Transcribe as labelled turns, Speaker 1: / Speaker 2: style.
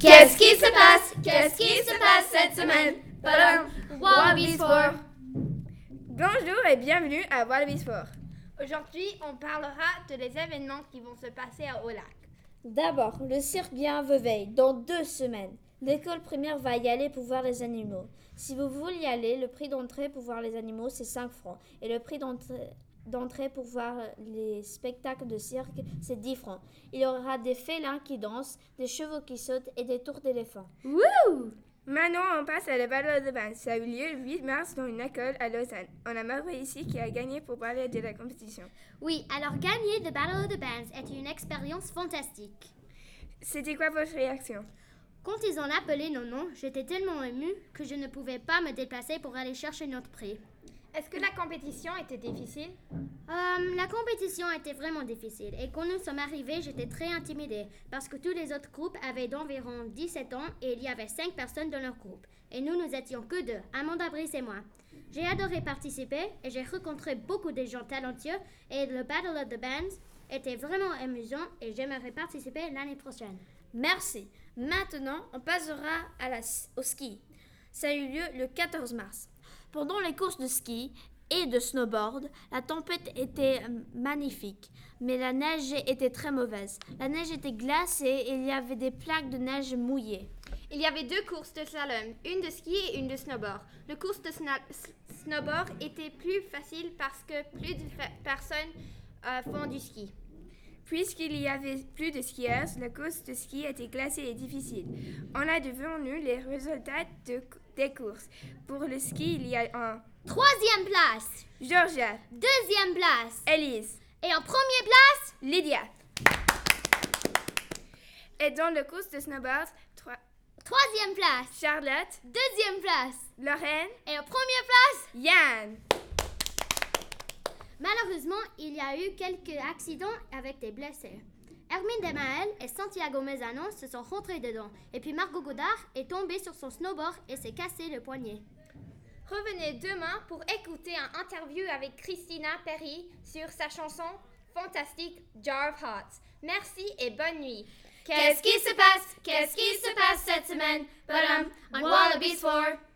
Speaker 1: Qu'est-ce qui se passe? Qu'est-ce qui se passe cette semaine? Badum, Wallabies for.
Speaker 2: Bonjour et bienvenue à Wallabies Fort.
Speaker 3: Aujourd'hui, on parlera de les événements qui vont se passer à Olac.
Speaker 4: D'abord, le cirque vient à Vevey dans deux semaines. L'école primaire va y aller pour voir les animaux. Si vous voulez y aller, le prix d'entrée pour voir les animaux, c'est 5 francs. Et le prix d'entrée- d'entrée pour voir les spectacles de cirque, c'est 10 francs. Il y aura des félins qui dansent, des chevaux qui sautent et des tours d'éléphants.
Speaker 2: Maintenant, on passe à la ballade de bain. Ça a eu lieu le 8 mars dans une école à Lausanne. On a Margot ici qui a gagné pour parler de la compétition.
Speaker 1: Oui, alors gagner The Battle of the Bands est une expérience fantastique.
Speaker 2: C'était quoi votre réaction
Speaker 1: Quand ils ont appelé nos noms, j'étais tellement émue que je ne pouvais pas me déplacer pour aller chercher notre prix.
Speaker 3: Est-ce que la compétition était difficile
Speaker 1: Euh, la compétition était vraiment difficile et quand nous sommes arrivés, j'étais très intimidée parce que tous les autres groupes avaient d'environ 17 ans et il y avait 5 personnes dans leur groupe. Et nous, nous étions que deux, Amanda Brice et moi. J'ai adoré participer et j'ai rencontré beaucoup de gens talentueux et le Battle of the Bands était vraiment amusant et j'aimerais participer l'année prochaine.
Speaker 4: Merci. Maintenant, on passera à la- au ski. Ça a eu lieu le 14 mars. Pendant les courses de ski et de snowboard, la tempête était euh, magnifique, mais la neige était très mauvaise. La neige était glacée et il y avait des plaques de neige mouillées.
Speaker 3: Il y avait deux courses de slalom, une de ski et une de snowboard. Le course de sna- s- snowboard était plus facile parce que plus de fa- personnes euh, font du ski.
Speaker 2: Puisqu'il y avait plus de skieurs, la course de ski était glacée et difficile. On a devant nous les résultats de- des courses. Pour le ski, il y a un
Speaker 1: Troisième place,
Speaker 2: Georgia,
Speaker 1: deuxième place
Speaker 2: Elise,
Speaker 1: et en première place,
Speaker 2: Lydia. Et dans le course de snowboard, trois-
Speaker 1: troisième place,
Speaker 2: Charlotte,
Speaker 1: deuxième place
Speaker 2: Lorraine,
Speaker 1: et en première place
Speaker 2: Yann.
Speaker 1: Malheureusement, il y a eu quelques accidents avec des blessés. Hermine Demael et Santiago Mezano se sont rentrés dedans, et puis Margot Godard est tombée sur son snowboard et s'est cassé le poignet.
Speaker 3: Revenez demain pour écouter un interview avec Christina Perry sur sa chanson fantastique Jar of Hearts. Merci et bonne nuit.
Speaker 2: um,
Speaker 1: Qu'est-ce qui se passe Qu'est-ce qui se passe cette semaine Badum, on Wallabies 4.